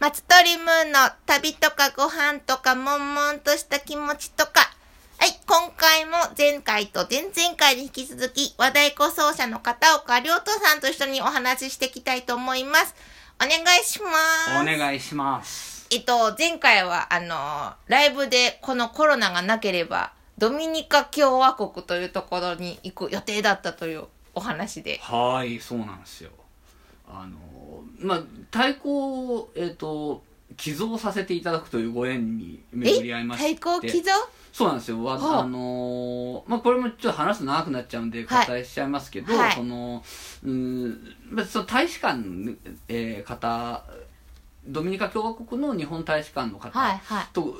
松鳥ムーンの旅とかご飯とか、悶々とした気持ちとか。はい、今回も前回と前々回に引き続き、和太鼓奏者の片岡亮斗さんと一緒にお話ししていきたいと思います。お願いします。お願いします。えっと、前回は、あの、ライブでこのコロナがなければ、ドミニカ共和国というところに行く予定だったというお話で。はーい、そうなんですよ。あのー、まあ、太鼓を、えっ、と、寄贈させていただくというご縁に巡り合いまして。太鼓寄贈そうなんですよ。わはああのー、まあ、これもちょっと話すと長くなっちゃうんはで、い割愛しちゃいますけど、はいその、うーん、まあその大使館の、えー方、ドミニカ共和国の日本大使館の方はい、はい。と、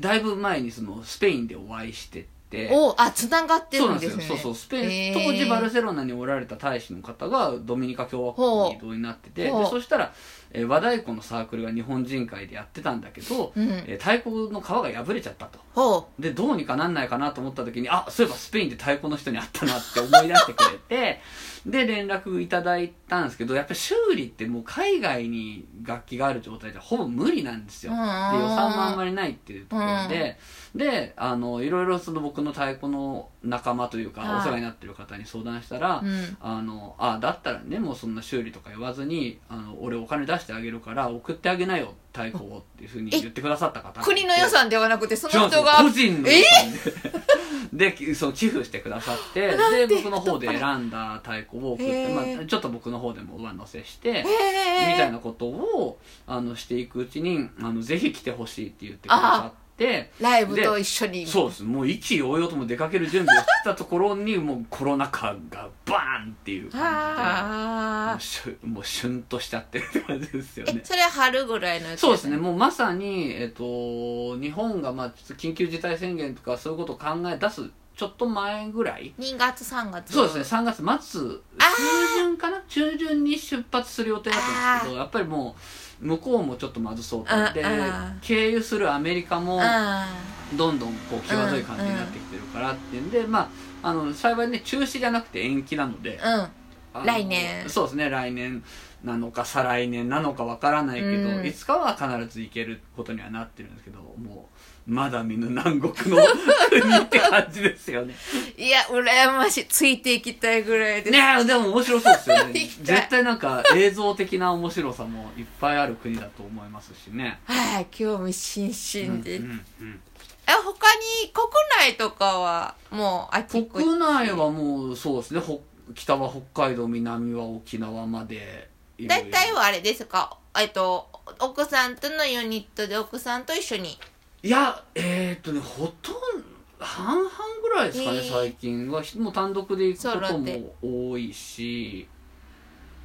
だいぶ前にその、スペインでお会いしてて、おあ、繋がってそうるなんんでですすね。よ。そうそう。スペイン、へー当時バルセロナにおられた大使の方がドミニカ共和国に移動になってて、でほうそしたら、えー和太鼓のサークルが日本人会でやってたんだけど、うんえー太鼓の皮が破れちゃったと。ほで、どうにかなんないかなと思った時に、あ、そういえばスペインで太鼓の人に会ったなって思い出してくれて、 で、連絡いただいたんですけど、やっぱり修理ってもう海外に楽器がある状態でほぼ無理なんですよ。うんで、予算もあんまりないっていうところで、で、あの、いろいろその僕の太鼓の仲間というか、はいお世話になってる方に相談したら、う。うん。あのあだったらねもうそんな修理とか言わずにあの俺お金出してあげるから送ってあげなよ太鼓をっていうふうに言ってくださった方がいて国の予算ではなくて、そ違うのんです人よが。個人の予算で でそう寄付してくださってなんてで僕の方で選んだ太鼓を送っへて、まーあ、ちょっと僕の方でも上乗せしてえみえたいなことをあのしていくうちにあのぜひ来てほしいって言ってくださって。ライブと一緒に。そうですもう意気揚々とも出かける準備をしてたところにもうコロナ禍がバーンっていう感じでもあうしゅもうシュンとしちゃってるって感じです よあ。ねえ、それは春ぐらいのやつそうですね、。もうまさに、えっと、日本がまあちょっと緊急事態宣言とかそういうことを考え出すちょっと前ぐらい、 2月、3月。そうですね、。3月末、中旬かな、中旬に出発する予定だったんですけど、やっぱりもう、向こうもちょっとまずそうと思ってうんうん経由するアメリカもあどんどんこう際どい感じになってきてるからっていうんで、まあ、あの幸いね、中止じゃなくて延期なので、あ。うん。あの来年そうですね来年なのか再来年なのかわからないけど、うんいつかは必ず行けることにはなってるんですけどもうまだ見ぬ南国の 国って感じですよねいや、羨ましい。ついていきたいぐらいです。ねえでも面白そうです よね行きたい絶対なんか映像的な面白さもいっぱいある国だと思いますしねはい、興味津々です。うんうんえ、他に国内とかは、もう、あうちんこち。国内はもうそうですねほ北は北海道南は沖縄までいろいろ大体はあれですかえっと、奥さんとのユニットで奥さんと一緒に。いや、えー、っとね、ほとんど、半々ぐらいですかね、へー最近は。ひもう単独で行くこソとロでも多いし、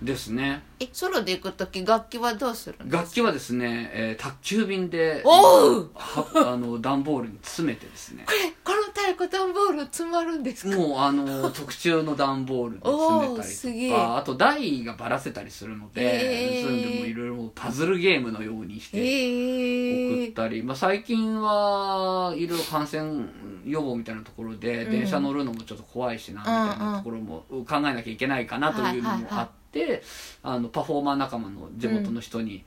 ですね。え、ソロで行くとき楽器はどうするの楽器はですね、えー宅急便で、おうはあの、段ボールに詰めてですね。えこの太鼓段ボール詰まるんですかもうあ の特注の段ボールで詰おーすげえめたりとかあと台がばらせたりするので、へーそういうのもいろいろパズルゲームのようにしてへ送ったり、まあ、最近はいろいろ感染予防みたいなところで、うん電車乗るのもちょっと怖いしなみたいなところも考えなきゃいけないかなというのもあって、あのパフォーマー仲間の地元の人に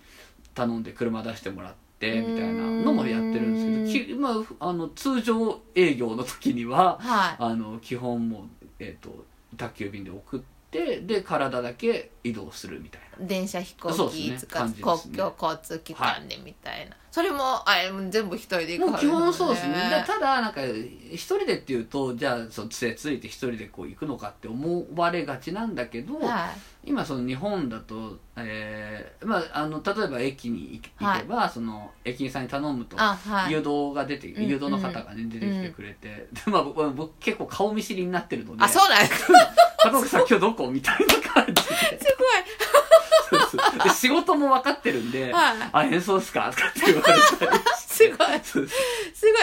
頼んで車出してもらって。みたいなのもやってるんですけど、きまあ、あの通常営業の時にははあの基本もう、えー、と宅急便で送ってで体だけ移動するみたいない電車飛行そうです機ね使っ感て、じです公ね共交通機関でみたいな、それもあれも全部一人で行くもう基本そうですねはでただなんか一人でっていうとじゃあその杖ついて一人でこう行くのかって思われがちなんだけど、いはい今その日本だと、えーまあ、あの例えば駅に行行けば、その駅員さんに頼むとあはい誘導が出て、うん誘導の方がね出てきてくれて、でまあ僕は僕結構顔見知りになってるのであそうなんですか片岡さん今日どこ?」みたいな感じですそうそうで仕事も分かってるんごでいはいあ演奏っすか?」とかって言われた りすごいそすごう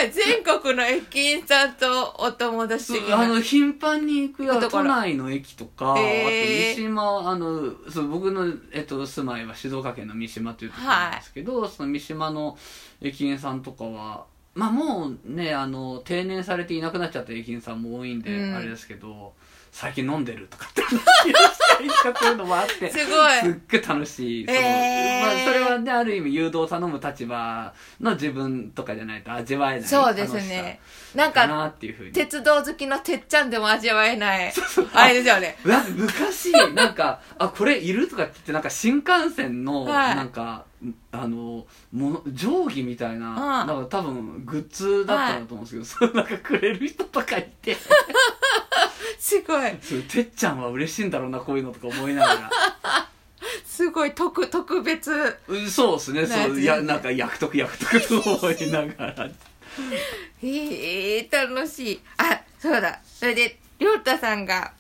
い全国の駅員さんとお友達そうにあの頻繁に行く行よくところ都内の駅とか、へーあと三島あのそう僕の、えっと、住まいは静岡県の三島というところなんですけど、その三島の駅員さんとかは、まあ、もうねあの定年されていなくなっちゃった駅員さんも多いんで、うんあれですけど最近飲んでるとかってりとかするのもあってすごいすっごい楽しい、そのえーまあ、それはねある意味誘導を頼む立場の自分とかじゃないと味わえないそうですねなんか楽しさかなっていうふうに鉄道好きのてっちゃんでも味わえないあれですよ ねうわ昔なんか「あこれいる?」とかって言ってなんか新幹線のはいなんか、あのもの定規みたいな,、うんなんか多分グッズだったんだと思うんですけど、それなんかくれる人とかい てすごいそうてっちゃんは嬉しいんだろうなこういうのとか思いな がらすごい特特別うんそうですねそういなやつやなんか役得役得と思いなが らええ楽しいあそうだそれでりょうたさんが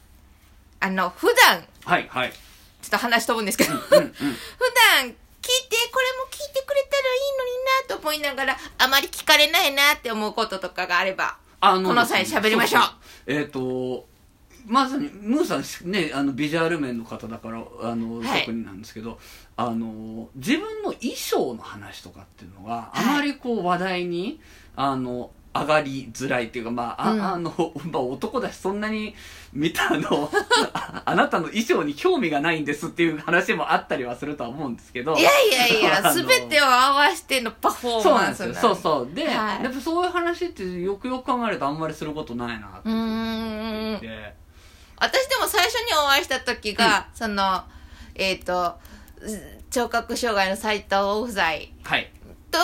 あの普段はいはいちょっと話飛ぶんですけどうんうん 普段聞いてこれも聞いてくれたらいいのになと思いながらあまり聞かれないなって思うこととかがあればあのこの際喋りましょうそそえっ、とまさにムーさんしねあのビジュアル面の方だからあの、はい特になんですけどあの自分の衣装の話とかっていうのがはあいまりこう話題に、あの上がりづらいっていうかまああ,、うんあの まあ男だしそんなに見たあの ああなたの衣装に興味がないんですっていう話もあったりはするとは思うんですけどいやいやいや あの全てを合わせてのパフォーそうマなんンでスすなんよでそうそうで、はいやっぱそういう話ってよくよく考えるとあんまりすることないなってういーんで私でも最初にお会いした時が、そのえっ、とう聴覚障害の斎藤夫妻はいと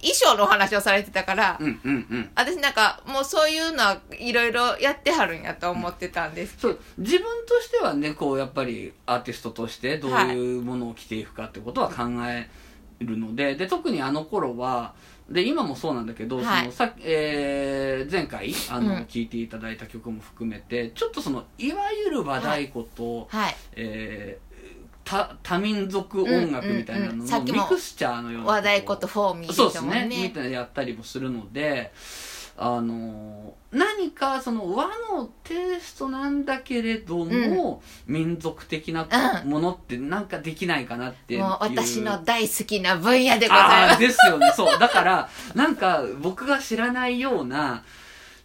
衣装のお話をされてたから、うんうんうん私なんかもうそういうのはいろいろやってはるんやと思ってたんですそう自分としてはねこうやっぱりアーティストとしてどういうものを着ていくかってことは考えるので,、で特にあの頃はで今もそうなんだけど、はいそのさえー前回あうのん聴いていただいた曲も含めて、ちょっとそのいわゆる和太鼓と、はいえーた多民族音楽みたいなうんうんうのんさのっきミもクスチャーのような和太鼓とフォーミーそうでですすもんねねみたいなのやったりもするのであの何かその和のテイストなんだけれども、民族的なうんものってなんかできないかなっていうもう私の大好きな分野でございあまーすですよねそうだからなんか僕が知らないような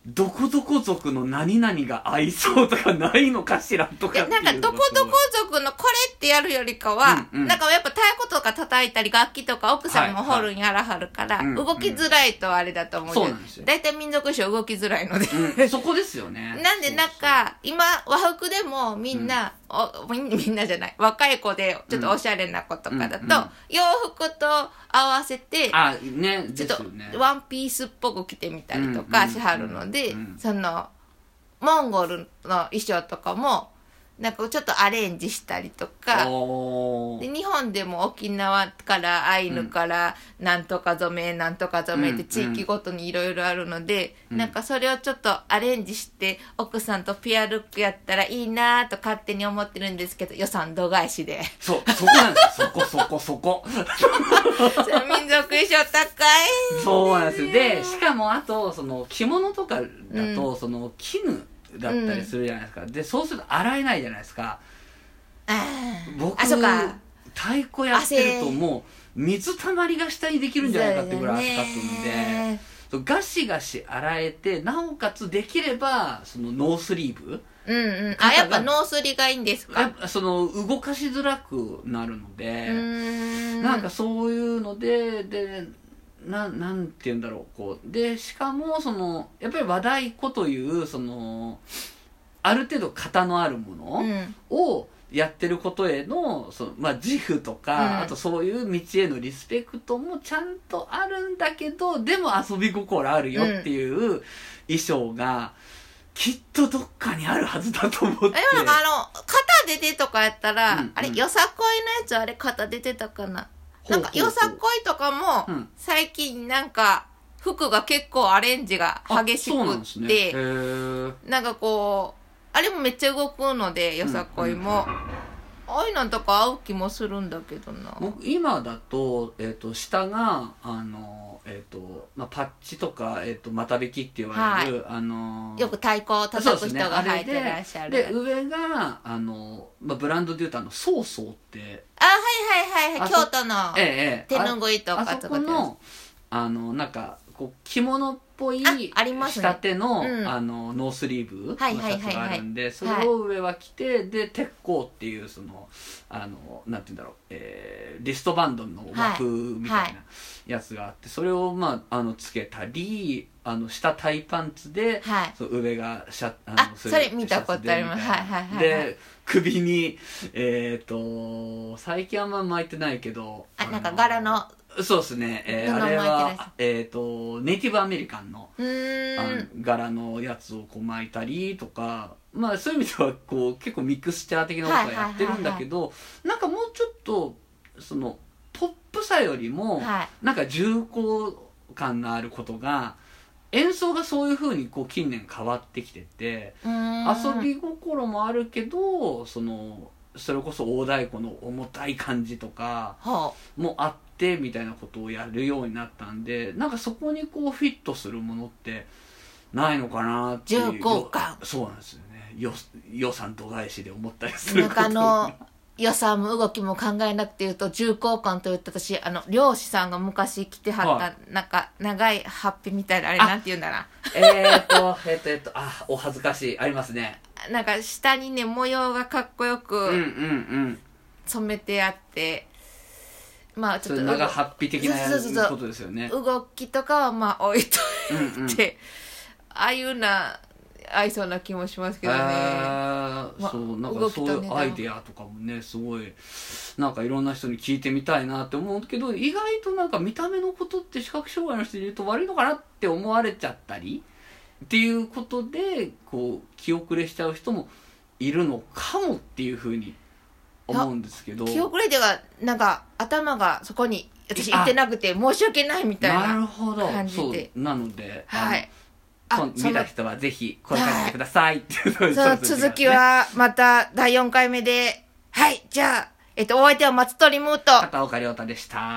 どこどこ族の何々が合いそうとかないのかしらといかっやていなうんかのどがこどこ族のこれってやるよりかは、うんうんなんかやっぱ太鼓とか叩いたり楽器とか奥さんもホルンやらはるから、はいはいうんうん動きづらいとあれだと思うそうなんですよ大体民族衣装動きづらいので、うんそこですよね。なんでなんか今和服でもみんな、おみんみんなじゃない若い子でちょっとおしゃれな子とかだと、うんうんうん洋服と合わせてあねちょでっすよねとワンピースっぽく着てみたりとかうんうんしはるので、うんそのモンゴルの衣装とかもなんかちょっとアレンジしたりとかおーで日本でも沖縄からアイヌからなんとか染めなんとか染めってうん地域ごとにいろいろあるので、うんなんかそれをちょっとアレンジして奥さんとペアルックやったらいいなと勝手に思ってるんですけど予算度外視 でそうそこなんですよそこそこそこそれ民族衣装高いそうなんですよでしかもあとその着物とかだと、その絹だったりするじゃないですか、でそうすると洗えないじゃないですかあー僕あそうか太鼓やってると汗もう水たまりが下にできるんじゃないかってぐらい汗かくんで、ねそうガシガシ洗えてなおかつできればそのノースリーブ、うんうん。あ、やっぱノースリがいいんですやかっぱその動かしづらくなるのうで、ーん。なんか、そういうのででななんて言うんだろうこうでしかもそのやっぱり和太鼓というそのある程度型のあるもうのん。をやってることへのその、まあ、自負とか、うんあとそういう道へのリスペクトもちゃんとあるんだけどでも遊び心あるよっていう衣装がきっとどっかにあるはずだと思って。え、なんかあの、肩出てとかやったら、うんうんあれ、よさこいのやつあれ肩出てたかな。ほなうんほかうほ、うよさこいとかも、うん最近なんか、服が結構アレンジが激しあそうくなんですっねて、へーなんかこう、あれもめっちゃ動くので、よさこいも。ああいうのとか合う気もするんだけどな。僕今だと,、えー、と下があの、えーとまあ、パッチとか、えー、と股引きって言われる、あのよく太鼓を叩く人が履いてらっしゃる。で上があの、まあ、ブランドでいうとあのソーソーってあ、はいはいはいはい、あ京そ都のええええ手ぬあぐいとかあそとこかってやつのあのなんかこう着物っぽいああります仕ね立ての,、うんあのノースリーブのシはいはいはいはいャツがあるんでそれを上は着てで鉄鋼っていうそのあのなんて言うんだろう、えーリストバンドの枠みたはいいなやつがあってそれを、まあ、あのつけたりあの下短パンツで、はいそう上がシャああうそれ見たことありますシャツでみたなはいはいはいはいで首にえっ、と最近あんま巻いてないけどあなんかの柄のそうですね、えー布のあれ巻いてるやは、えっとネイティブアメリカンのうあーのん柄のやつをこう巻いたりとか、まあ、そういう意味ではこう結構ミクスチャー的なことはやってるんだけど、なんかもうちょっとそのポップさよりも、はいなんか重厚感のあることが演奏がそういうふうにこう近年変わってきてて。うーん遊び心もあるけどそのそれこそ大太鼓の重たい感じとかほもあってみたいなことをやるようになったんでなんかそこにこうフィットするものってないのかなっていう重厚感そうなんですよねよ予算度外視で思ったりすうるなこんとかあの予算も動きも考えなくて言うと重厚感と言って私あの漁師さんが昔着てはった、はなんか長いハッピーみたいなあれあなんて言うんだな えーっとえーっとえーっとあお恥ずかしいありますねなんか下にね模様がかっこようんうんうくん染めてあって、まあちそょっれと長ハッピー的なやそうそうそうそうことですよね動きとかはまあ置いとうんうんいて、ああいうな合いそうな気もしますけどねあーまそうなん動かきそとうねいうアイデアとかもねすごいなんかいろんな人に聞いてみたいなって思うけど意外となんか見た目のことって視覚障害の人に言うと悪いのかなって思われちゃったりっていうことでこう気遅れしちゃう人もいるのかもっていうふうに思うんですけど記憶レディがなんか頭がそこに私行ってなくて申し訳ないみたいなるなほど感じそうでなので、はいああのこんそ見たの人はぜひ声かけてくださいっていうそういうその続きはまた第4回目ではいじゃあ、えっと、お相手は松鳥ムート片岡亮太でした。